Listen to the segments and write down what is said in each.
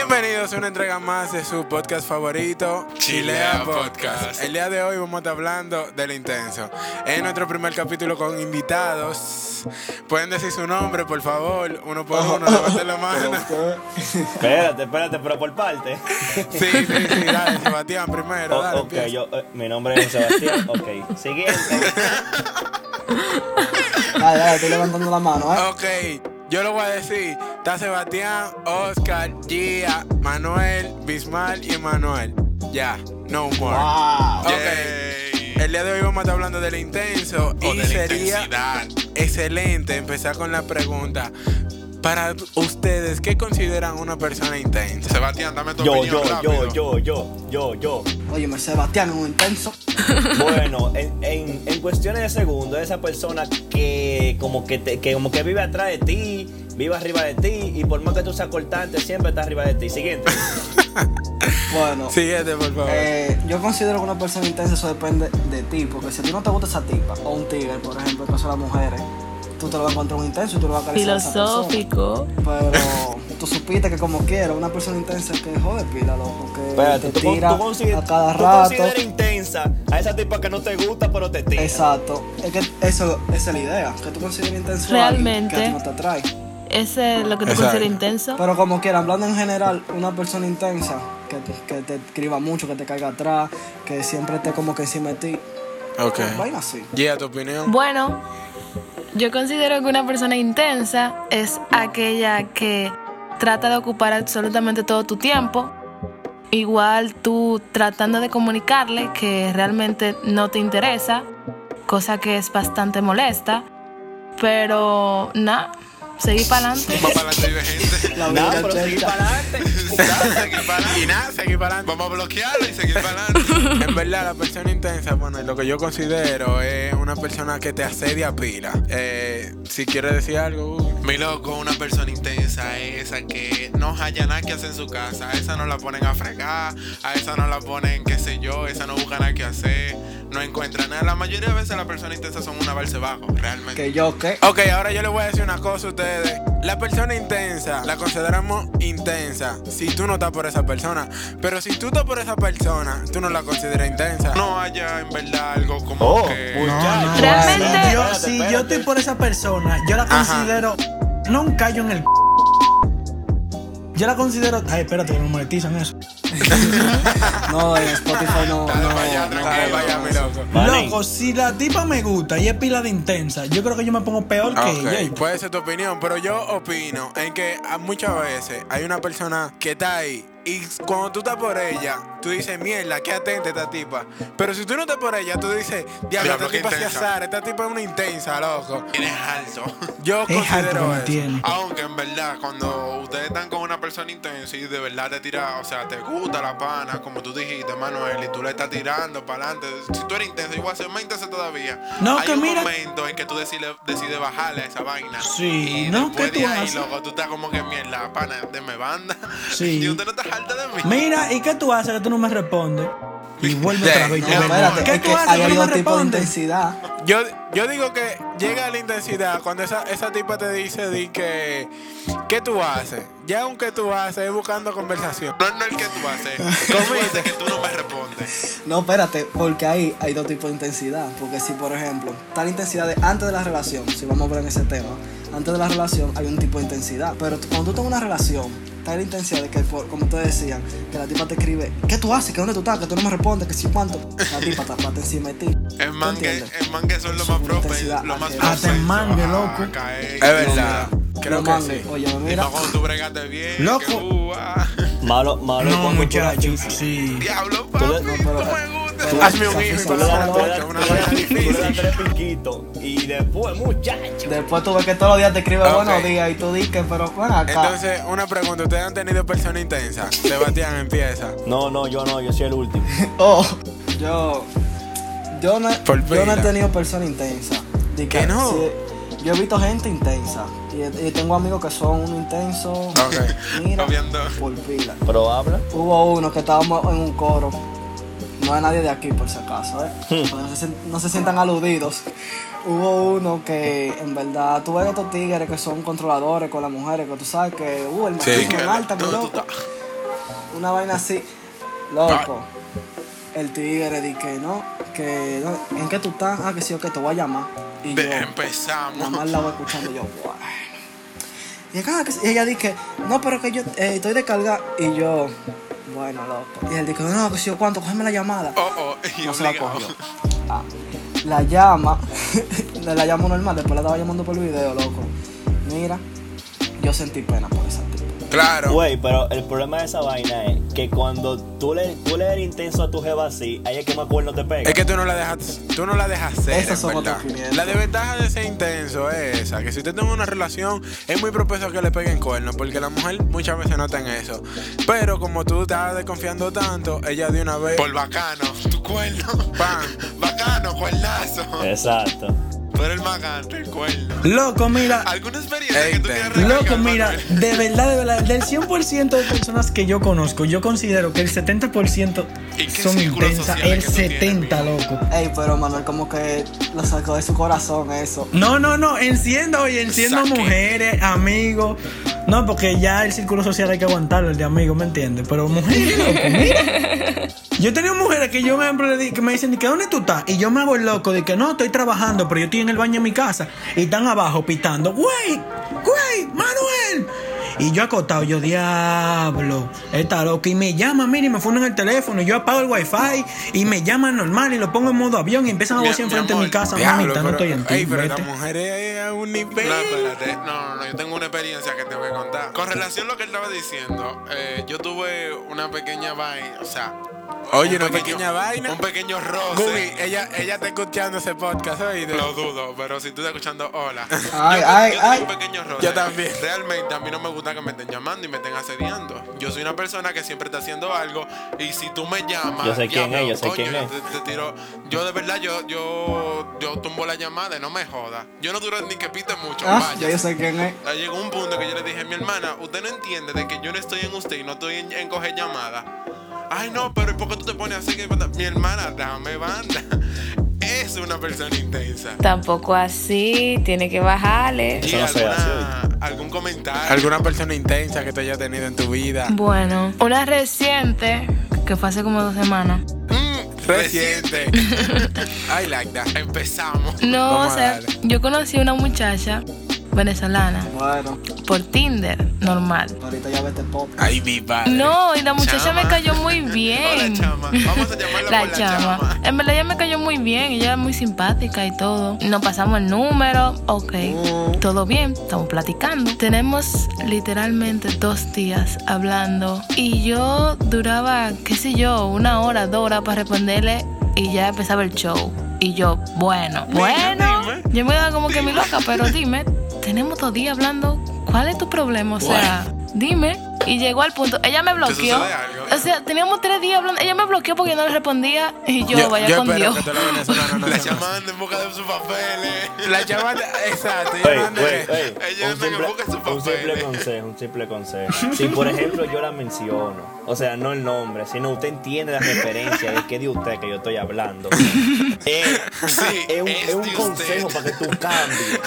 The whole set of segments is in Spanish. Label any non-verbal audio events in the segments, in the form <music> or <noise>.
Bienvenidos a una entrega más de su podcast favorito, Chilea Podcast. El día de hoy vamos a estar hablando del intenso. Es nuestro primer capítulo con invitados. Pueden decir su nombre, por favor, uno por uno, levanten la mano. Espérate, espérate, pero por parte. Sí, <laughs> sí, sí, dale, Sebastián primero, O- dale, ok, empieza. yo, eh, mi nombre es Sebastián. Ok, siguiente. Dale, dale, estoy levantando la mano, ¿eh? Ok, yo lo voy a decir. Está Sebastián, Oscar, Gia, Manuel, Bismal y Emanuel. Ya, no more. Wow. Ok. El día de hoy vamos a estar hablando del intenso O y de la sería intensidad. excelente empezar con la pregunta. Para ustedes, ¿qué consideran una persona intensa? Sebastián, dame tu Yo, yo, opinión rápido. yo, yo, yo, yo, yo. Oye, me Sebastián es un intenso. Bueno, en, en, en cuestiones de segundo, esa persona que como que, te- que como que vive atrás de ti, vive arriba de ti, y por más que tú seas cortante, siempre está arriba de ti. Siguiente. Bueno, Siguiente, por favor. eh, yo considero que una persona intensa eso depende de ti, porque si a ti no te gusta esa tipa, o un tigre, por ejemplo, en caso de las mujeres, tú te lo vas a encontrar un intenso y tú lo vas a acariciar a esa persona. Filosófico. Pero tú supiste que como quiera, una persona intensa es que jode pila, loco, que Espérate, te tú, con- tira tú, consider- a cada tú rato. consideras intensa a esa tipa que no te gusta, pero te tira. Exacto, es que eso, esa es la idea, que tú consideres intenso a alguien que a ti Realmente. no te atrae. Ese es lo que tú Exacto. consideras intenso. Pero como quiera, hablando en general, una persona intensa, que te, que te escriba mucho, que te caiga atrás, que siempre esté como que encima de ti. pues Ok. Vaina así. Gia, tu opinión. Bueno, yo considero que una persona intensa es aquella que trata de ocupar absolutamente todo tu tiempo. Igual tú tratando de comunicarle que realmente no te interesa, cosa que es bastante molesta. Pero nada, seguir para adelante. Vamos para adelante, gente. La Nada, vida pero seguir cheta. para adelante. Seguir para Y adelante. nada, seguir para adelante. Vamos a bloquearlo y seguir para adelante. En verdad, la persona intensa, bueno, lo que yo considero es una persona que te asedia pila. Eh, si quieres decir algo, Hugo. Mi loco, una persona intensa es esa que no haya nada que hacer en su casa. A esa no la ponen a fregar, a esa no la ponen, qué sé yo, esa no busca nada que hacer, no encuentra nada. La mayoría de veces las personas intensas son una balse bajo, realmente. Que yo, ¿qué? Ok, ahora yo les voy a decir una cosa a ustedes. La persona intensa, la consideramos intensa si tú no estás por esa persona. Pero si tú estás por esa persona, tú no la consideras intensa. No haya en verdad algo como Oh, que. muchacho. Realmente- Si yo, Espérate, si yo espérate. estoy por esa persona, yo la Ajá. considero. No un callo en el. c******. Yo la considero. Ay, espérate, que me monetizan eso. No, en Spotify no. Dale no, pa' allá, no, tranquilo. Ay, no, vaya, no. mi loco. Manín. Loco, si la tipa me gusta y es pila de intensa, yo creo que yo me pongo peor que Ok, ella. puede ser tu opinión, pero yo opino en que a- muchas veces hay una persona que está ahí y cuando tú estás por ella, tú dices, mierda, qué atenta esta tipa. Pero si tú no estás por ella, tú dices, diablo, Diablo, esta qué tipa se intensa. azar, esta tipa es una intensa, loco. Eres alto. Yo Es alto que considero me eso. tiene. Aunque en verdad, cuando ustedes están con una persona intensa y de verdad te tira, o sea, te gusta la pana, como tú dijiste, Manuel, y tú le estás tirando para adelante. Si tú eres intenso, yo voy a ser más intenso todavía. No, Hay que un mira- momento en que tú decides, decides bajarle a esa vaina. Sí, y no, después ¿qué de tú ahí, haces? loco, tú estás como que mierda, pana, deme banda. <laughs> Sí. y usted no está harta de mí. Mira, ¿y qué tú haces que tú no me respondes? Y vuelve Sí, otra vez. y No, te lo espérate, ¿Qué es tú que haces ahí que hay no me dos tipos de respondes? intensidad. Yo, yo digo que llega a la intensidad cuando esa, esa tipa te dice di que ¿qué tú haces? Ya aunque tú haces es buscando conversación. No, no el que tú haces. ¿Cómo dices que tú no me respondes? No, espérate, porque ahí hay dos tipos de intensidad. Porque si, por ejemplo, está la intensidad de antes de la relación, si vamos a ver en ese tema, antes de la relación hay un tipo de intensidad. Pero tú- cuando tú estás en una relación, está la intensidad de que, por- como te decían, que la tipa te escribe, ¿qué tú haces? ¿Qué dónde tú estás? Que tú no me respondes, que si cuánto. La tipa está está encima de ti. Es man que, entiendes? es man que son los Su más propensos. intensidad Los más alterada. Hasta en mangue, propensos a loco. caer. Es verdad. No, Creo que man, sí. Oye, Y mira, más cuando tú bregaste bien. Loco. que, uh, ah. Malo, malo No, con cultura muchachos. física. Sí. Diablo, Tú le- papi, no, tú pero- eh, me gustas. pero- Hazme un Esa- hijo y esa- tú lo Tú le das- sacas tú le das- loca, una tú le das- vaina tú le difícil. das tres piquitos y después, muchacho. después tú ves que todos los días te escribe Ok. buenos días y tú dices, pero bueno, Ah. acá. Entonces, una pregunta, ¿ustedes han tenido persona intensa? Sebastián empieza. No, no, yo no, yo soy el último. Oh, yo. Yo no, Por yo no he pila. tenido persona intensa. De ¿Que no? sí, yo he visto gente intensa. Y, y tengo amigos que son uno intenso. Mira, Obviando. por pila. Pero habla. Hubo uno que estábamos en un coro. No hay nadie de aquí, por si acaso, ¿eh? Hmm. Para No, se, sien- no se sientan aludidos. Hubo uno que, en verdad, tú ves estos tigres que son controladores con las mujeres, que tú sabes que, uh, el machismo que en alta, mi tú- tú loco. ta- una vaina así. Loco. Ah. El tigre di que no, que no, ¿en qué tú estás? Ah, que sí, o que te voy a llamar. Y yo, Ve, em, nada más empezamos. la voy escuchando yo, bueno. Y acá, que- y ella dije, no, pero que yo eh, estoy de carga. Y yo, bueno, loco. Y él dijo, no, que sí, o cuánto, cógeme la llamada. Oh, oh, y No se la obligado. cogió. Ah, la llama, <laughs> la llamo normal, después la estaba llamando por el video, loco. Mira, yo sentí pena por esa tipa. Claro. Güey, pero el problema de esa vaina es que cuando tú le, tú le eres intenso a tu jeva así, ahí es que más cuerno te pega. Es que tú no la dejas, tú no la dejas ser. Esas en son verdad. otras 500. La desventaja de ser intenso es esa, que si usted tiene una relación, es muy propenso a que le peguen cuernos, porque la mujer muchas veces nota en eso. Pero como tú estás desconfiando tanto, ella de una vez Por bacano, tu cuerno. Pan. Bacano, Eh, cuernazo. Exacto. Tú eres el magante, el cuerno. Loco, mira. ¿Alguna experiencia Ey, que tú te- quieras recalcar, Loco, mira, Manuel? de verdad, de verdad, del 100% de personas que yo conozco, yo considero que el 70% ¿Y qué son círculos intensas. El sociales que tú tienes, 70, loco. Ey, pero Manuel como que lo sacó de su corazón eso. No, no, no, encienda, oye, encienda Saque. mujeres, amigos. No, porque ya el círculo social hay que aguantarlo, el de amigos, ¿me entiendes? Pero mujeres, loco, mira. Yo he tenido mujeres que yo, por ejemplo, le di- que me dicen, ¿y qué dónde tú estás? Y yo me hago el loco de que no, estoy trabajando, pero yo estoy en el baño de mi casa. Y están abajo pitando, güey, güey, Manuel. Y yo acotado, yo, diablo, está loca. Y me llaman, mira, y me funan el teléfono. Y yo apago el wifi y me llaman normal y lo pongo en modo avión y empiezan a Mi- vocear mi enfrente de mi amor, casa, Diablo, mamita, no estoy en ti. ey, pero vete". la mujer es a un nivel. No, espérate. No, no, no, yo tengo una experiencia que te voy a contar. Con relación a lo que él estaba diciendo, eh, yo tuve una pequeña vaina, o sea. Oye, un una pequeña vaina. Un pequeño Gubi, roce. ella, ella está escuchando ese podcast, oíste. Lo dudo, pero si tú estás escuchando, hola. Ay, yo, ay, yo ay. tuve un pequeño roce. Yo también. Realmente a mí no me gusta que me estén llamando y me estén asediando. Yo soy una persona que siempre está haciendo algo y si tú me llamas, Yo sé quién diablo, es, yo sé coño, quién yo es. Te, te tiro. Yo de verdad, yo, yo, yo tumbo la llamada, y no me jodas. Yo no duro ni que pite mucho. Ah, vaya. ya yo sé quién es. Ah, Llegó un punto que yo le dije, mi hermana, usted no entiende de que yo no estoy en usted y no estoy en, en coger llamadas. Ay, no, pero ¿y por qué tú te pones así? Que... Mi hermana, dame banda. <laughs> Es una persona intensa. Tampoco así, tiene que bajarle. Y Eso no se hace alguna- algún comentario. ¿Alguna persona intensa que te haya tenido en tu vida? Bueno, una reciente, que fue hace como dos semanas. Mm, Reciente. I like that. Empezamos. No, Vamos o a sea, darle. yo conocí a una muchacha venezolana Bueno, por Tinder, normal. ahorita ya vete pop. Ay, mi padre. No, y la muchacha Chama. me cayó <laughs> muy Hola, bien. chama. Vamos a llamarla La por la chama. chama. En verdad ella me cayó muy bien, ella es muy simpática y todo. Nos pasamos el número, ok, todo bien, estamos platicando. Tenemos literalmente dos días hablando y yo duraba, qué sé yo, una hora, dos horas para responderle y ya empezaba el show. Y yo, bueno, bueno, dime. yo me daba como que mi loca, pero dime, tenemos dos días hablando, ¿cuál es tu problema? O sea, dime. Y llegó al punto, ella me bloqueó. sucede algo? O sea, teníamos tres días hablando. Ella me bloqueó porque yo no le respondía y yo, vaya con espero Dios. que todos los venezolanos <laughs> no La sean chama anda en busca de sus papeles. así. La chama, exacto. Ey, yo no ey, andé- ey, Ella un, anda que simple, busca sus un simple papeles. consejo, un simple consejo. Si por ejemplo yo la menciono, o sea, no el nombre, sino usted entiende la referencia de qué de usted que yo <laughs> estoy hablando. Eh, Sí, es un, es es un de consejo usted. para que tú cambies.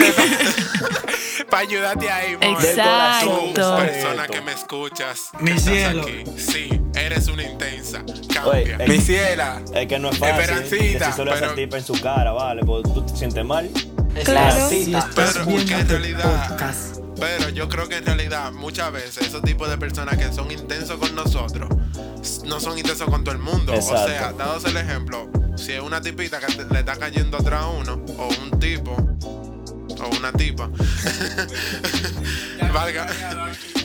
Para ayudarte ahí, amor. Exacto. Tú, Exacto. persona que me escuchas, que Mi estás cielo. aquí, sí, eres una intensa. Oye, Cambia. eh, Mi ciela. Es que no es fácil. Esperancita, solo esa pero- tipa en su cara, vale, porque tú te sientes mal. Claro. Sí, pero que en realidad, pero yo creo que en realidad muchas veces esos tipos de personas que son intensos con nosotros s- no son intensos con todo el mundo. O Exacto. sea, dados el ejemplo, si es una tipita que te- le está cayendo atrás a uno o un tipo o una tipa. <laughs> Valga.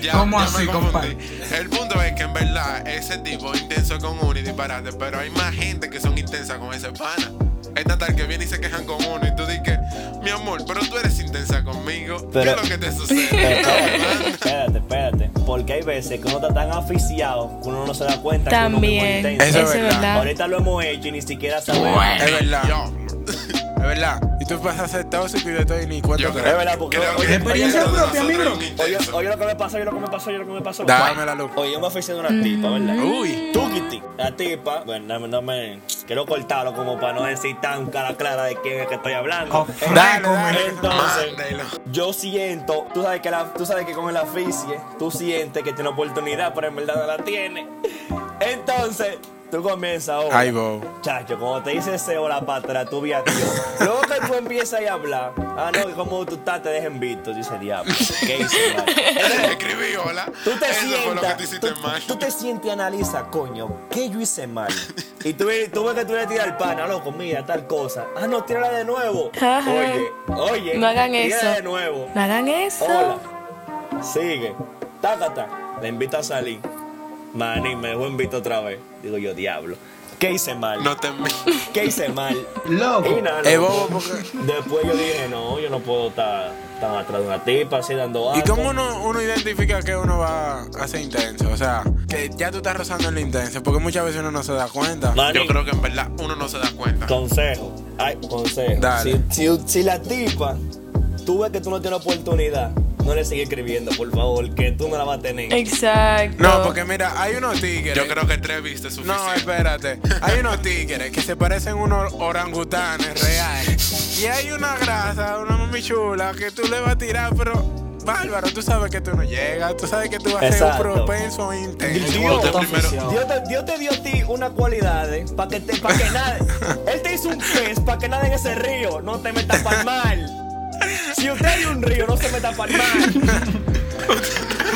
Ya, ¿Cómo ya así, me confundí. El punto es que en verdad ese tipo es intenso con uno y disparate, pero hay más gente que son intensas con ese pana. Es tal que viene y se quejan con uno y tú dices, mi amor, pero tú eres intensa conmigo. ¿Qué Pero- es lo <laughs> que te Pero sucede? espérate, espérate, espérate. Porque hay veces que uno está tan aficiado que uno no se da cuenta que uno mismo es También. intenso. Eso Eso es es verdad. Ahorita lo hemos hecho y ni siquiera sabemos. Es verdad. Yo, Es verdad. Y tú pasas a ser tóxico y yo estoy ni cuenta. yo te creo, das. Es verdad, porque creo oye, que experiencia todos propia, nosotros amigo. un Oye, intenso. oye lo que me pasó, oye lo que me pasó, oye lo que me pasó. Dámela, loco. Mm. Oye, yo me aficioné a una tipa, ¿verdad? Uy. Tú, Kitty. La tipa, bueno, no, no me. Quiero cortarlo como para no decir tan cara clara de quién es que estoy hablando. Oh, Entonces, Dale, dale. Entonces, Mándelo. yo siento, tú sabes que la- tú sabes que con el aficie, tú sientes que tiene oportunidad, pero en verdad no la tiene. Entonces, tú comienzas ahora. Ay, Bob. Chacho, cuando te dice ese hola para atrás, tú vía tío. Luego que tú empiezas ahí a hablar, ah, no, que como tú estás, te dejen visto. Yo dice, diablo, ¿qué hice? mal?" Entonces, Escribí hola. Tú te Eso fue lo que sientas, te hiciste tú, mal. tú te sientes y analiza, coño, ¿qué yo hice mal? Y tú, tú ves que tú le tiras al pana, loco, mira, tal cosa. Ah, no, tírala de nuevo. Ajá. Oye, oye, No hagan tírala eso. de nuevo. No hagan eso. Hola. Sigue. Tácata. Le invito a salir. Maní, me dejó invito otra vez. Digo yo, diablo. ¿Qué hice mal? No te mi- ¿Qué hice mal? Loco. Y nada, Es loco. bobo porque- Después yo dije, no, yo no puedo estar tan atrás de una tipa así dando ¿Y asco. cómo uno, uno identifica que uno va a ser intenso? O sea, que ya tú estás rozando en lo intenso, porque muchas veces uno no se da cuenta. Manín, Yo creo que en verdad uno no se da cuenta. Consejo. Ay, consejo. Dale. Si, si- si la tipa, tú ves que tú no tienes oportunidad, no le sigue escribiendo, por favor, que tú no la vas a tener. Exacto. No, porque mira, hay unos tigres. Yo creo que tres viste es No, suficiente. espérate. Hay unos tigres que se parecen unos orangutanes reales. Y hay una grasa, una mami chula, que tú le vas a tirar, pero. Bárbaro, tú sabes que tú no llegas, tú sabes que tú vas a ser un Exacto. propenso intenso. Dios, Usted Está primero- oficiado. Dios te, Dios te dio a ti unas cualidades para que te, para que nada. Él te hizo un pez para que nada en ese río. No te metas para mal. Si usted dio un río, no se meta para mal.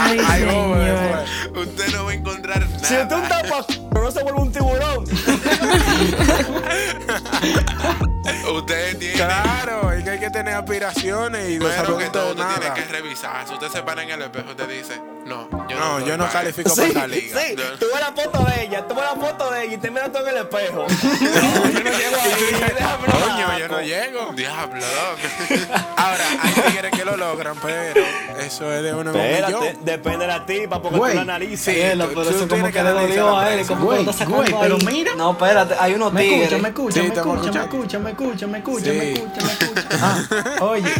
Ay, Ay, bobo, señor. después. Usted no va a encontrar nada. Si usted un tapa, no se vuelve un tiburón. Usted tiene. Claro, es que hay que tener aspiraciones y Primero que desarrollar todo, todo usted tiene nada. que revisar. Si usted se para en el espejo, usted dice: No, yo No, no, yo no califico califico. para Sí, esta liga. sí. Tú ves la foto de ella, tú ves la foto de ella y te miras tú en <laughs> el espejo. No, yo no llego <laughs> ahí, déjame en Coño, paz. yo no llego. Diablo, loco. Ahora, hay tigres que lo logran, pero eso es de uno en un Espérate, millón. depende de la tipa porque Güey, tú la analizas. sí. Él, tú- Eh, pero tú eso como tienes que, que le analizar dolió la a él. prensa. Como Güey, que lo está sacando güey, pero ahí. mira. No, espérate, hay unos Me tigres. escucha, me escucha, Sí, me estamos escucha, me escuchando. escucha, me escucha, me escucha, me Sí. escucha, me escucha. Ah, oye.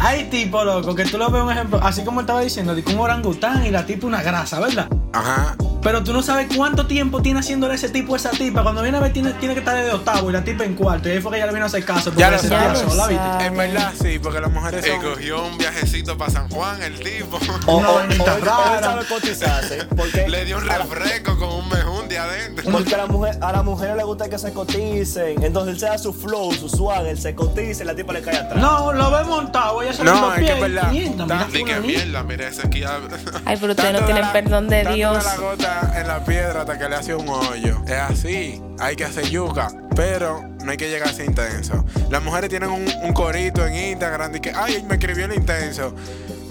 Hay tipo, loco, que tú lo ves un ejemplo, así como estaba diciendo, de que un orangután y la tipa una grasa, ¿verdad? Ajá. Pero tú no sabes cuánto tiempo tiene haciéndole ese tipo a esa tipa. Cuando viene a ver, tiene, tiene que estar de octavo y la tipa en cuarto. Y ahí fue que ella le vino a hacer caso. porque Ya lo se sabes. quedó sola, ¿viste? Ay. En verdad sí, porque las mujeres <laughs> Y son. cogió un viajecito para San Juan, el tipo. O, Una o- vainita o él- rara. o él sabe cotizarse. Porque Le dio un a la- refresco con un mejunde adentro. Porque a la mujer, a la mujer le gusta que se coticen. Entonces él se da su flow, su swag, él se cotiza y la tipa le cae atrás. No, lo ve montado. Ella se No, ve los es que pies. es verdad. Mierda, mira, Di que fulano. mierda, mira, ese aquí. ya- Ay, pero ustedes no Tanto da tienen la- perdón de tanto da Dios. la gota en la piedra hasta que le hace un hoyo. Es así, hay que hacer yuca, pero no hay que llegar a ser intenso. Las mujeres tienen un, un corito en Instagram y que, ay, me escribió el intenso.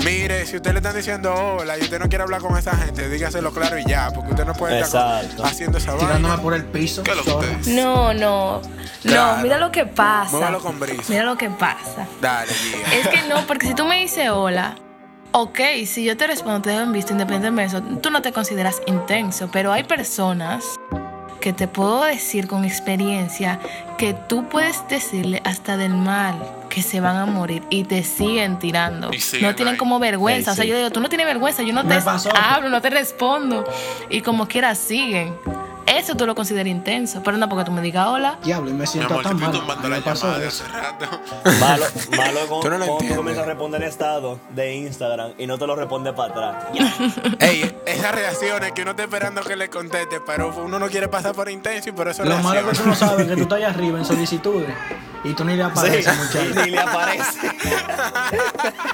Mire, si usted le están diciendo hola y usted no quiere hablar con esa gente, dígaselo claro y ya, porque usted no puede estar Exacto. con- haciendo esa Tirándome vaina. por el <laughs> piso. ¿Qué es lo que zorra. usted dice? No, no. Claro. No, mira lo que pasa. Muévalo con brisa. Mira lo que pasa. Dale, guía. <laughs> Es que no, porque si tú me dices hola, ok, si yo te respondo, te dejo en visto, independientemente de eso, tú no te consideras intenso, pero hay personas que te puedo decir con experiencia que tú puedes decirle hasta del mal que se van a morir y te siguen tirando. Y siguen No tienen ahí. como vergüenza. Ey, o sea, sí. yo digo, tú no tienes vergüenza, yo no Me te pasó. hablo, no te respondo. Y como quiera, siguen. Eso tú lo consideras intenso, pero no porque tú me digas hola. Diablo, y me Mi siento amor, te tan estoy mal. tumbando Ay, la me pasó llamada de eso. hace rato. Malo, malo es Tú no cuando, lo cuando tú entiendes. comienzas a responder estado de Instagram y no te lo responde para atrás. Ya. Ey, esas reacciones que uno está esperando que le conteste, pero uno no quiere pasar por intenso y por eso Lo malo que tú no reacciona. sabes es que tú estás ahí arriba en solicitudes. Y tú ni le apareces, Sí, <laughs> muchacho. y le aparece.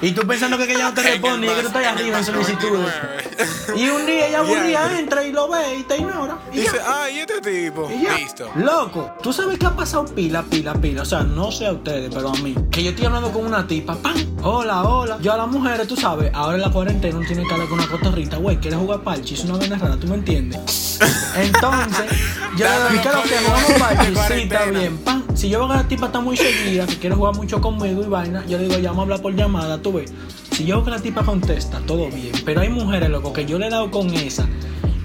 Y tú pensando que ella no te En el responde y es que tú más- estás ahí en el arriba en más solicitudes. 99. Y un día ella un Ya. día entra y lo ve y te ignora. Y Dice, ya. ay, este tipo. Y ya. Listo. Loco, tú sabes que ha pasado pila, pila, pila. O sea, no sé a ustedes, pero a mí. Que yo estoy hablando con una tipa, ¡pam! Hola, hola. Yo a las mujeres, tú sabes, ahora en la cuarentena uno tiene que hablar con una cotorrita, güey. Quieres jugar parche, es una vaina rara, ¿tú me entiendes? Entonces, yo le Dame doy, los ¿qué es lo que jugamos códigos de parche? Sí, está cuarentena. bien. Pam. Si yo veo que la tipa está muy seguida, que quiere jugar mucho conmigo y vaina, yo le digo, ya vamos a hablar por llamada, tú ves. Si yo veo que la tipa contesta, todo bien. Pero hay mujeres, loco, que yo le he dado con esa.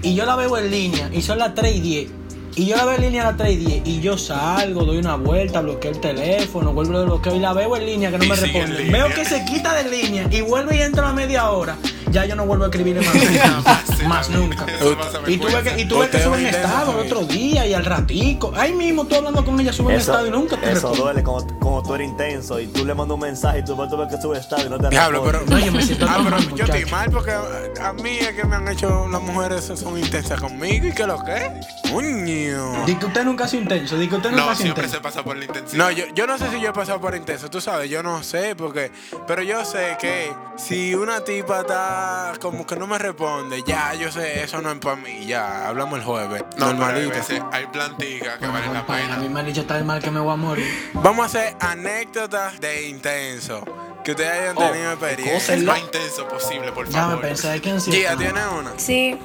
Y yo la veo en línea, y son las 3 y 10. Y yo la veo en línea a las 3 y 10. Y yo salgo, doy una vuelta, bloqueo el teléfono, vuelvo a bloqueo y la veo en línea que no Y me sigue en responde. línea. Veo que se quita de línea y vuelve y entra a la media hora. ya yo no vuelvo a escribirle <laughs> más Nada nunca. más, sí, más también. nunca. Eso pasa, me Y tú ves cuesta. que, y tú ves que Usted suben va a intentar estado el también. otro día y al ratico. Ahí mismo tú hablando con ella suben Eso, estado y nunca te eso responde. duele como, como tú eres intenso y tú le mandas un mensaje y tú vas a ver que sube estado y no te Diablo, pero. No, yo me siento Ah, tan pero mal, yo estoy muchacho. mal porque a a mí es que me han hecho. Las mujeres son intensas conmigo y que lo que. Coño. Di que usted nunca ha sido intenso, di que usted nunca No, ha sido siempre se intenso. pasa por la intensidad. No, yo, yo no sé si yo he pasado por intenso, tú sabes, yo no sé, porque. Pero yo sé que si una tipa está como que no me responde, ya, yo sé, eso no es para mí, ya, hablamos el jueves. No, pero hay normalito. veces, hay plantitas que valen la Ay, a mí pena. me han dicho tal mal que me voy a morir. Vamos a hacer anécdotas de intenso, que ustedes hayan Oh, tenido experiencia. Es lo más intenso posible, por Ya me favor. pensé <laughs> de quién sí. Gia, ¿tiene una? <laughs> Sí,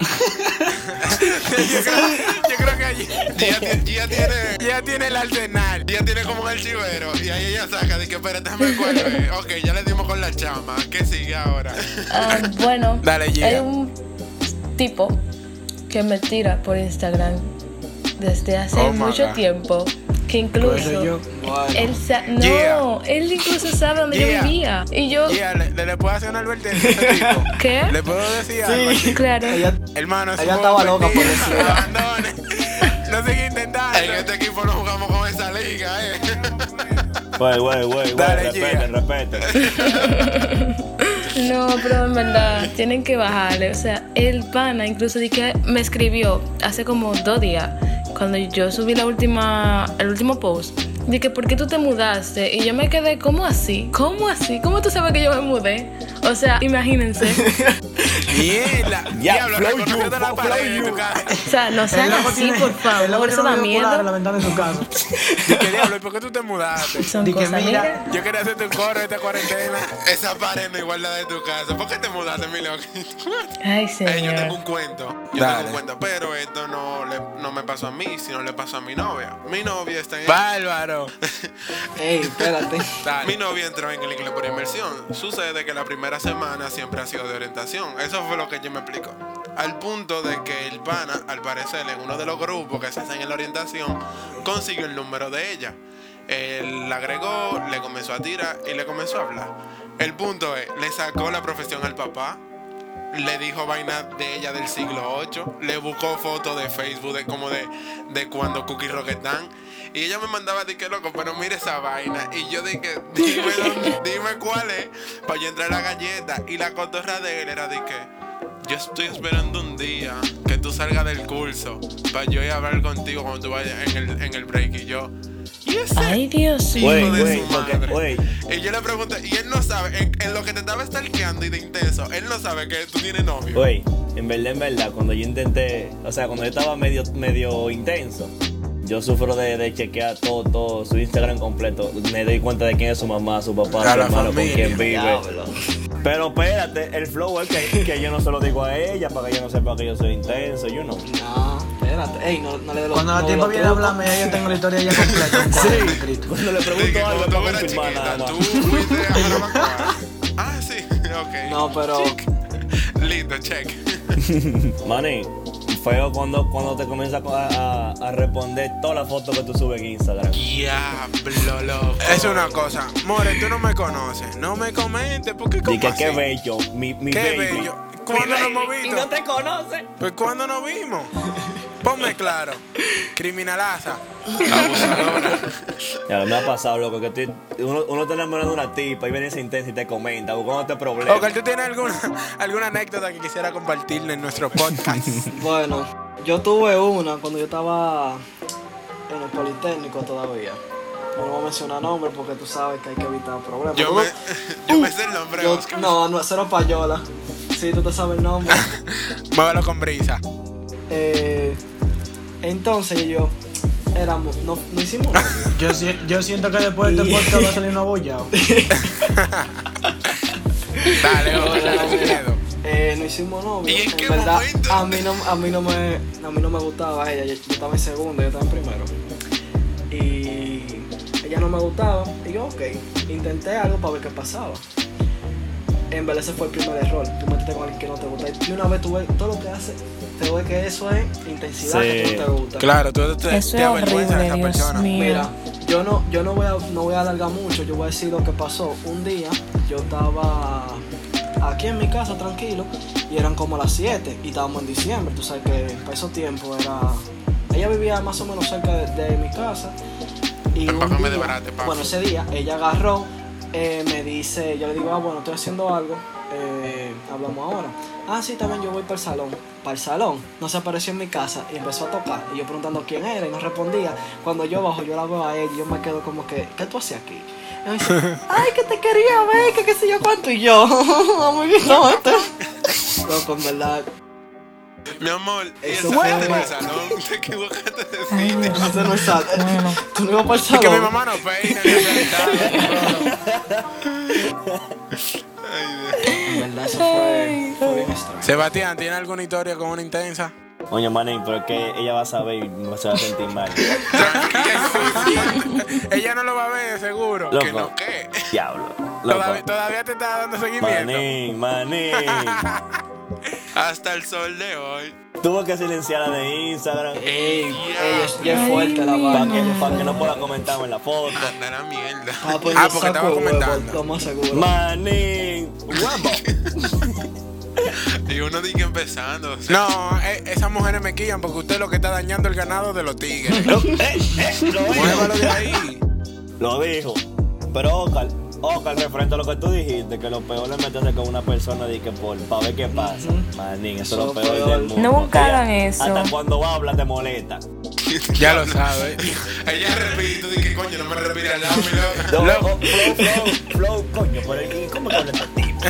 yo, creo, yo creo que Gia- Gia ti- Gia tiene. Gia tiene el arsenal. Ella tiene como un archivero y ahí ella saca de que espérate, déjame acuerdo. Ok, ya le dimos con la chama. ¿Qué <laughs> sigue ahora? ah, bueno, Dale, Gia. hay un tipo que me tira por Instagram desde hace Oh, my mucho God. tiempo, que incluso... Pero Pues yo- Él sa- no, Yeah. él incluso sabe dónde Yeah. yo vivía. Y yo, Gia, le, le- le puedo hacer una advertencia a <laughs> ese tipo. ¿Qué? ¿Le puedo decir algo? claro. Ella, Hermano, Ella estaba loca <laughs> por eso. decirlo. Abandone. No sigue intentando. En este equipo no jugamos con esa liga, eh. Güey, güey, güey, güey, Dale, respeten, respeten. No, pero en verdad, tienen que bajarle. O sea, el pana incluso di que me escribió hace como dos días, cuando yo subí la última, el último post, de que ¿por qué tú te mudaste? Y yo me quedé, ¿cómo así? ¿Cómo así? ¿Cómo tú sabes que yo me mudé? O sea, imagínense. Mierda. <laughs> Ya, Diablo, flow reconociendo you, la flow pared de you. tu casa. O sea, <laughs> no sean loco así, tiene- por el loco favor. Eso da tiene un auricular a la miedo. ventana de su casa. Yo quería diablo, ¿y por qué tú te mudaste? Son Di que cosas, mira, mira. Yo quería hacerte un coro esta <laughs> cuarentena. Esa pared no igual la de tu casa. ¿Por qué te mudaste, mi loco? Ay, Eh, yo tengo señor. un cuento. Yo tengo Dale. un cuento, pero esto no, le- no me pasó a mí, sino le pasó a mi novia. Mi novia está en. Bárbaro. ey, espérate. Mi Dale. novia entró en el inglés por inmersión. Sucede que la primera semana siempre ha sido de orientación. Eso fue lo que yo me explico. Al punto de que el pana, al parecer, en uno de los grupos que se hacen en la orientación, consiguió el número de ella. Él la agregó, le comenzó a tirar y le comenzó a hablar. El punto es, le sacó la profesión al papá, le dijo vaina de ella del siglo VIII, le buscó fotos de Facebook de como de, de cuando Cookie Roquetán. Y ella me mandaba, dije, loco, pero mire esa vaina. Y yo dije, dime, dónde- dime cuál es, para yo entrar a la galleta. Y la cotorra de él era, dije, yo estoy esperando un día que tú salgas del curso, para yo ir a hablar contigo cuando tú vayas en el, en el break. Y yo, y ese Ay, Dios hijo mío. Güey, de güey, su porque- madre. güey. Y yo le pregunté, y él no sabe, en, en lo que te estaba stalkeando y de intenso, él no sabe que tú tienes novio. Güey, en verdad, en verdad, cuando yo intenté, o sea, cuando yo estaba medio, medio intenso, yo sufro de, de chequear todo, todo su Instagram completo. Me doy cuenta de quién es su mamá, su papá, A su la hermano, con familia. quién vive. Pero espérate, el flow es que, que yo no se lo digo a ella para que ella no sepa que yo soy intenso, yo no. No, espérate. Ey, no, no le dé los Cuando la no tipa los viene a trucos. hablarme, ya yo tengo la historia ya completa. un cuadro <laughs> escrito. Cuando le De que Pues pregunto algo, cuando tú para eras confirmar nada chiquita, más. tú fuiste a Jarabacoa. Ah, sí, ok. No, pero. Lindo, check. Mani, feo cuando, cuando te comienza a, a- a responder todas las fotos que tú subes en Instagram. Diablo, loco. Es una cosa. More, tú no me conoces. No me comentes. ¿Por qué Y como que qué así? bello, mi, mi Qué baby. bello. ¿Cuándo nos hemos visto? te conoce. Pues ¿cuándo nos vimos? Ponme claro. Criminalaza. Ya, me ha pasado, loco, que estoy- uno, uno está enamorado de una tipa y viene esa intensa y te comenta, este buscándote problemas. Oscar, ¿tú tienes alguna, alguna anécdota que quisiera compartirle en nuestro podcast? Bueno, yo tuve una cuando yo estaba en el Politécnico todavía. No voy a mencionar nombres porque tú sabes que hay que evitar <laughs> problemas. Yo Tú- me, yo me sé el nombre, yo- Oscar. no, no, cero payola. Sí, tú te sabes el nombre. Muévelo con brisa. Eh, entonces yo éramos, no, no hicimos nada. <laughs> Yo, si- yo siento que después de este podcast va a salir un abollado. Dale, Oscar. <laughs> Eh, no hicimos novio. ¿Y en qué verdad, momento? a mí no, a mí no me, a mí no me gustaba ella. Yo, yo estaba en segundo, yo estaba en primero. Y ella no me gustaba. Y yo, ok, intenté algo para ver qué pasaba. En verdad ese fue el primer error. Tú metiste con alguien que no te gusta. Y una vez tú ves todo lo que hace, te ves que eso es intensidad que tú Sí. no te gusta. Claro, tú te, Eso te es avergüenzas de horrible, esa Dios persona. mío. Mira, yo no, yo no voy a, no voy a alargar mucho, yo voy a decir lo que pasó. Un día yo estaba aquí en mi casa tranquilo y eran como las 7 y estábamos en diciembre, tú sabes que para esos tiempos era... Ella vivía más o menos cerca de, de mi casa y un Empápame de día- barate, papi. bueno, ese día ella agarró, eh, me dice, yo le digo, ah, bueno, estoy haciendo algo, eh, hablamos ahora. Ah, sí, también yo voy para el salón. Para el salón, no se apareció en mi casa y empezó a tocar. Y yo preguntando quién era y no respondía. Cuando yo bajo, yo la veo a ella y yo me quedo como que, ¿qué tú haces aquí? Y me dice, <laughs> ay, que te quería ver, que qué sé yo cuánto. Y yo, <laughs> muy bien, no, este. Loco, en verdad, Mi amor, y Eso esa fue- gente en el salón, <laughs> te <laughs> equivocaste de Ay, sitio. Dios. ese no es sal- Tú no ibas para el Es salón. que mi mamá no peina ni hace nada. En verdad, eso fue, fue bien extraño. Sebastián, ¿tiene alguna historia con una intensa? Oye, manín, pero es que ella va a saber y no se va a sentir <laughs> mal. <laughs> Ella no lo va a ver, seguro. Loco. Que no, ¿qué? Diablo. Todavía, Loco. todavía te está dando seguimiento. Manín, manín. Hasta el sol de hoy. Tuvo que silenciarla de Instagram Ey, ey, es, ya es Ay, fuerte la mi para vaina. que, pa' que no pueda comentarme en la foto. Anda la mierda. Ah, pues Ah, yo porque estaba saco huevo, comentando. Lo más seguro. Manín. Guapo. Y uno dice que empezando. o sea, No, eh, esas mujeres me quillan porque usted es lo que está dañando el ganado de los <laughs> tigres. Lo, eh, eh, lo dijo. Muévalo de ahí. Lo dijo. Pero Oscar, Oscar, referente a lo que tú dijiste, que lo peor es meterse con una persona de que por para ver qué pasa. Manín, eso es lo Eso peor peor. del mundo. Nunca hagan Ella- eso. Hasta cuando habla te molesta. <laughs> Ya lo sabe. Ella repite, dije, coño, no me respira al lado, mi loco. Yo, Loco. Flow, flow, flow, coño, pero ¿y ¿cómo que habla este tipo?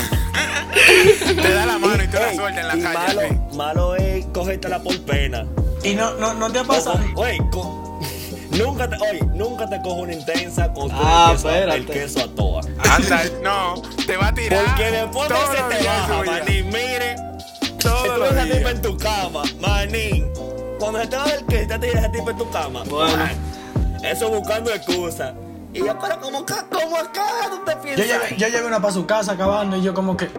Te da la mano y tú la Ey, sueltas en y la Malo, calle. sí. malo es cogértela por pena. Y no, no, no te ha O pasado. con- Oye, con- <laughs> nunca te, oye, nunca te cojo una intensa con tu Ah, el queso, espérate. el queso a toa. Anda, no te va a tirar. Porque después que todos se los te días baja, suya. manín, mire. Si Todos tú ves a los esa tipa días. en tu cama, manín. Cuando se te va el queso, ya te esa tipa en tu cama. Bueno. man, Eso buscando excusas. Y yo, pero como acá, como acá, tú te Yo piensas. llevé, yo llevé una para su casa acabando y yo como que.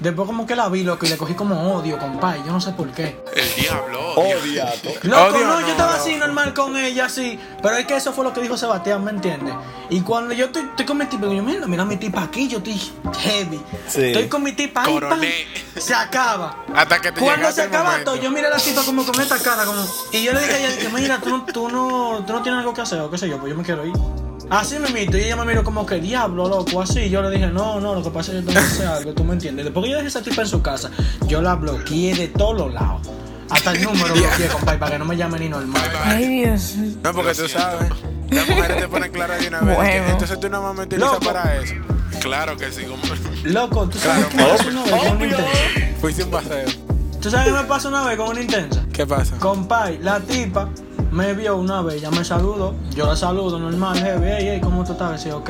Después como que la vi, loco, y le cogí como odio, compadre. Yo no sé por qué. El diablo. Oh, Dios. diablo. Loco, Odio no, no, yo estaba loco. así normal con ella, así. Pero es que eso fue lo que dijo Sebastián, ¿me entiendes? Y cuando yo estoy, estoy con mi tipa, yo mira, mira mi tipa aquí, yo estoy heavy. Sí. Estoy con mi tipa ahí, pan, Coroné. se acaba. Hasta que te Oh. Cuando llegaste se el acaba momento. todo, yo miré a la tipa como con esta cara, como. Y yo le dije a ella, dije, mira, tú no, tú no, tú no tienes algo que hacer, o qué sé yo, pues yo me quiero ir. Así me mito, y ella me miró como que diablo, loco, así. Yo le dije, no, no, lo que pasa es que yo tengo que hacer algo, tú me entiendes. Después que yo dejé a esa tipa en su casa, yo la bloqueé de todos los lados. Hasta el número bloqueé, compadre, para que no me llame ni normal. Ay, Dios. No, porque tú sabes. Las mujeres te ponen clara de una vez. Bueno. que- Entonces tú no más me utilizas Loco. para eso. Claro que sí, como. Loco, tú sabes Claro, que me pasó una vez con una obvio. intensa. Fuiste un paseo. Tú sabes que me pasó una vez con una intensa. ¿Qué pasa? Compay, la tipa me vio una vez, ya me saludó, yo la saludo normal, jefe, ey, ey, ¿cómo tú estás? Sí, ok.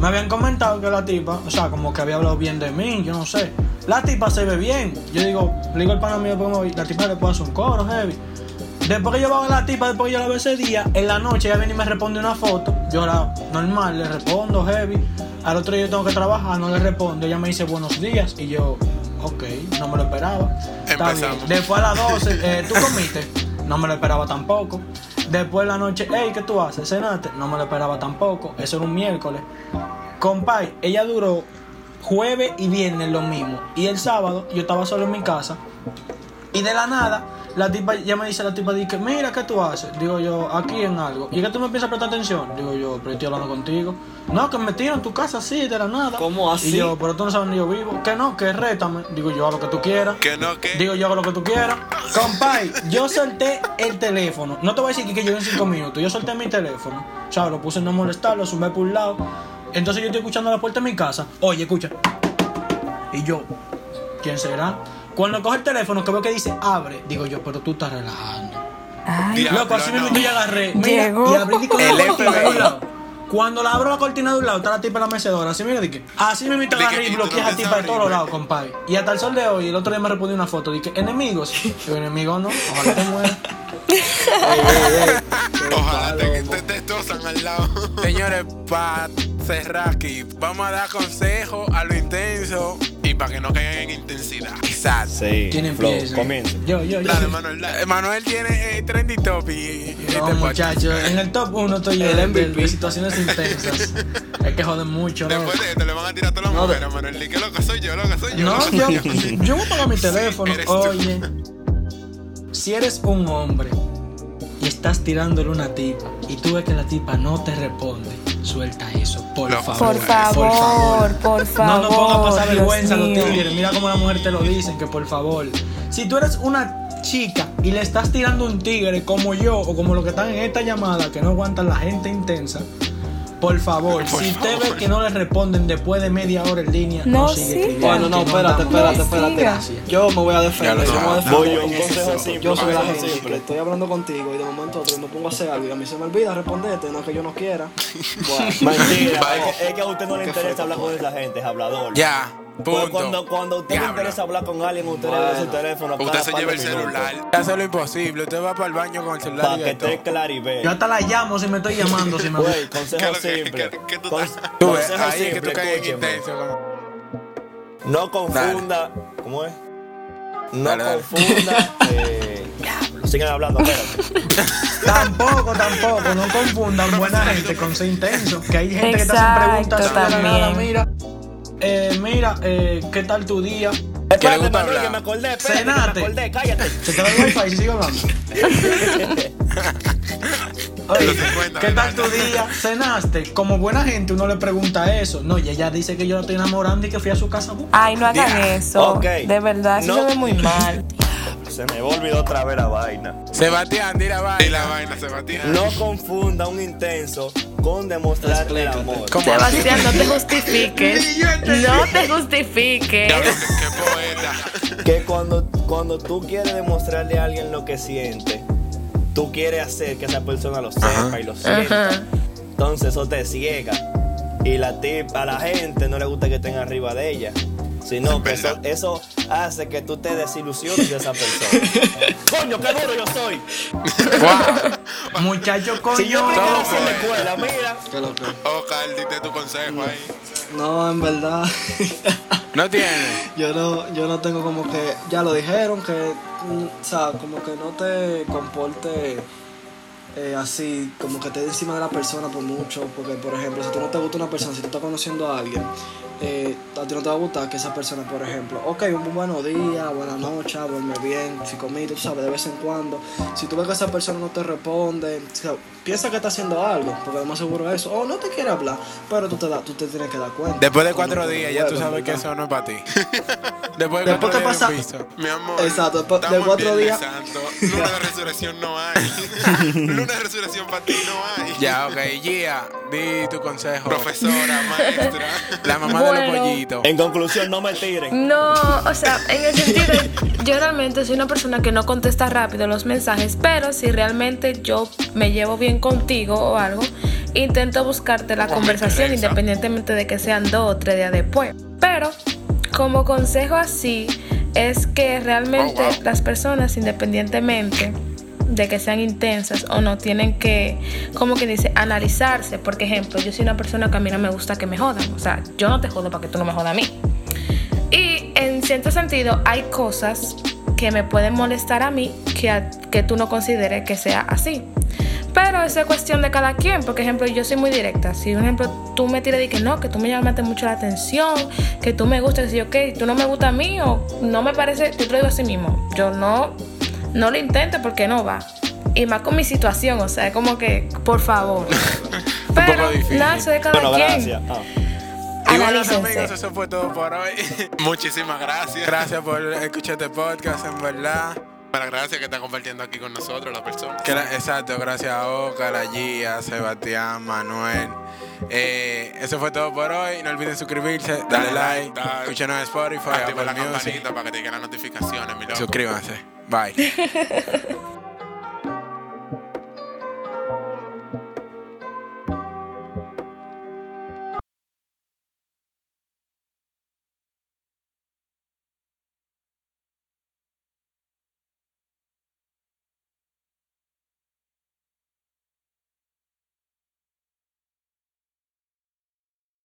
Me habían comentado que la tipa, o sea, como que había hablado bien de mí, yo no sé. La tipa se ve bien. Yo digo, le digo al pana mío, "Pues, después me voy, la tipa le puedo hacer un coro, heavy. Después que yo bajo a la tipa, después que yo la veo ese día, en la noche ella viene y me responde una foto. Yo la, normal, le respondo, heavy. Al otro día yo tengo que trabajar, no le respondo. Ella me dice buenos días y yo, ok, no me lo esperaba. Está bien. Empezamos. Después a las 12, eh, tú comiste, no me lo esperaba tampoco. Después en la noche, hey, ¿qué tú haces? ¿Cenaste? No me lo esperaba tampoco. Eso era un miércoles. Compay, ella duró jueves y viernes lo mismo. Y el sábado yo estaba solo en mi casa. Y de la nada, la tipa ya me dice la tipa dice, mira qué tú haces. Digo yo, aquí en algo. ¿Y que tú me empiezas a prestar atención? Digo yo, pero estoy hablando contigo. No, que me tiro en tu casa así, de la nada. ¿Cómo así? Y yo, pero tú no sabes ni yo vivo. Que no, que rétame. Digo yo, hago lo que tú quieras. Que no, que. Digo yo hago lo que tú quieras. Compay, yo solté el teléfono. No te voy a decir que, que yo en cinco minutos. Yo solté mi teléfono. ¿Sabes? Lo puse en no molestar, lo sumé por un lado. Entonces yo estoy escuchando a la puerta de mi casa. Oye, escucha. Y yo, ¿quién será? Cuando coge el teléfono, que veo que dice abre, digo yo, pero tú estás relajando. Ay, Diablo, Loco, así no. mismo yo ya agarré. Mira, Llegó. Y abrí di, con la El cortina de FBI. un lado. Cuando la abro la cortina de un lado, está la tipa en la mecedora. Así mira, dije, así mismo te Di que, agarré y y tú bloqueé a no la tipa de sabes, todos los ¿verdad? lados, compadre. Y hasta el sol de hoy, el otro día me respondí una foto. Dije, enemigos. Digo, enemigos no, ojalá te muera. Ojalá te, te, te tosan al lado. <laughs> Señores, para cerrar aquí, vamos a dar consejo a lo intenso. Y para que no caigan en intensidad. Exacto. Sí. ¿Quién flow, empieza? Comienza. Yo, yo, yo. Dale, Manuel, dale. Eh, Manuel tiene eh, trendy topic. y- y- y No, este podcast. eh. muchachos, en el top 1 estoy yo El de- de- MVP. de situaciones intensas. Es que joden mucho, ¿no? Después de esto le van a tirar a todas las No, de- mujeres, Manuel. Di que loca soy yo, loca soy yo. No, loca soy yo, yo. yo voy a pagar mi teléfono. eres tú. Oye, si eres un hombre y estás tirándole una tipa y tú ves que la tipa no te responde, suelta eso, por Lo- favor. Por Por favor, por No favor. nos ponga a pasar Dios vergüenza los mío. tigres. Mira cómo las mujeres te lo dicen, que por favor. Si tú eres una chica y le estás tirando un tigre como yo o como los que están en esta llamada, que no aguantan la gente intensa, por favor, Por si usted favor. ve que no le responden después de media hora en línea, no, No sigue siga. escribiendo, Bueno, Bueno, que no, espérate, andamos espérate, No espérate. sigas. Yo me voy a Ya defender. Yo lo me voy a sabes. defender. Voy, un consejo simple, Yo soy un la consejo gente simple. que estoy hablando contigo y de momento a otro me pongo a hacer algo y a mí se me olvida responderte, no es que yo no quiera. Bueno, <laughs> Mentira, Vale. es que- es que a usted no le interesa hablar con esa gente, es hablador. Ya, Pues punto. Cuando, cuando a usted le Diablo. interesa hablar con alguien, usted le da su teléfono. Usted se lleva el celular. Hace lo imposible. Usted va para el baño con el celular Para y que de todo. esté claro y Yo vea. hasta la llamo si me estoy llamando, si me Güey, ¿Qué es consejo lo que- simple. qué- qué tú Con- estás- Tú ves, consejo ahí es que tú simple, caes en escúcheme. intenso. como- No confunda. ¿Cómo es? No Dale, dale. confunda. eh, sigan hablando, espérate. <laughs> Tampoco, tampoco, no confundan buena gente con ser intenso. Que hay gente que te hacen Exacto, preguntas así de la nada, también. mira. Eh, mira, eh, ¿qué tal tu día? Que le Espérate, gusta Manuel, que me hablar. acordé. Espérate, que me Cenate. acordé. Cállate. Se te va el wifi, sigue hablando. Oye, ¿qué tal tu día? ¿Cenaste? Como buena gente uno le pregunta eso. No, y ella dice que yo la estoy enamorando y que fui a su <laughs> casa a buscar. Ay, no hagan Ya. eso. Ok. De verdad, eso No. se ve muy <laughs> mal. Se me olvidó otra vez la vaina. Sebastián, di la Y la vaina. vaina se va a tirar. No confunda un intenso con demostrar el amor. ¿Cómo así? Sebastián, no te justifiques. No te Diablo, justifiques. qué, qué poeta. Que cuando, cuando tú quieres demostrarle a alguien lo que siente, tú quieres hacer que esa persona lo sepa y lo sienta. Ajá. Entonces eso te ciega. Y la tip, a la gente no le gusta que estén arriba de ella. Sino Es que eso, verdad. eso hace que tú te desilusiones de esa persona. ¡Coño, qué duro yo soy! <laughs> Guau. Muchacho, coño. Si yo me Todo quedé así en la fue. escuela, mira. <laughs> qué loco. Oh, Carl, dite tu consejo ahí. No, en verdad. <laughs> No tiene. yo no, yo no tengo como que, ya lo dijeron, que, mm, o sea, como que no te comporte eh, así, como que estés encima de la persona por mucho, porque por ejemplo, si tú no te gusta una persona, si tú estás conociendo a alguien, eh, a ti no te va a gustar que esa persona, por ejemplo, ok, un buen día, buena noche, duerme bien, si comiste, tú sabes, de vez en cuando, si tú ves que esa persona no te responde, o sea, piensa que está haciendo algo, porque además seguro es eso, o no te quiere hablar, pero tú te, da- tú te tienes que dar cuenta. Después de Cuando cuatro te días ya tú devuelven, sabes que ¿verdad? eso no es para <laughs> ti. Después de Después cuatro que días de pasa- un piso. Mi amor. Exacto, después de estamos en cuatro Viernes días. Santo. Luna de resurrección no <laughs> hay. Luna de resurrección para ti no hay. Ya, ok. Gia, di tu consejo. <laughs> Profesora, maestra. La mamá de Bueno. los pollitos. En conclusión, no me tiren. No, o sea, en el sentido, yo realmente soy una persona que no contesta rápido los mensajes, pero si realmente yo me llevo bien contigo o algo, intento buscarte la Como me conversación interesa. independientemente de que sean dos o tres días después. Pero como consejo así es que realmente Oh, wow. las personas independientemente de que sean intensas o no tienen que, como que dice, analizarse. Por ejemplo, yo soy una persona que a mí no me gusta que me jodan. O sea, yo no te jodo para que tú no me jodas a mí. Y en cierto sentido, hay cosas que me pueden molestar a mí que, a- que tú no consideres que sea así. Pero eso es cuestión de cada quien. Por ejemplo, yo soy muy directa. Si, por ejemplo, tú me tiras y que no, que tú me llamaste mucho la atención, que tú me gustas, y yo, ok, tú no me gusta a mí o no me parece, yo te lo digo así mismo. Yo no, no lo intento porque no va. Y más con mi situación, o sea, es como que, por favor. Pero, difícil. nada, eso es de cada Bueno, quien. gracias. Ah. Y bueno, amigos, Analícense. eso fue todo por hoy. <laughs> Muchísimas gracias. Gracias por escuchar este podcast, en verdad. Para gracias que está compartiendo aquí con nosotros la persona. Gra- Exacto, gracias a Oca, a Gia, a Sebastián, Manuel. Eh, eso fue todo por hoy. No olviden suscribirse, darle Dale like, like, dale. escúchanos en Spotify, Activa Apple la Music. campanita para que te lleguen las notificaciones, mi loco. Suscríbanse. Bye.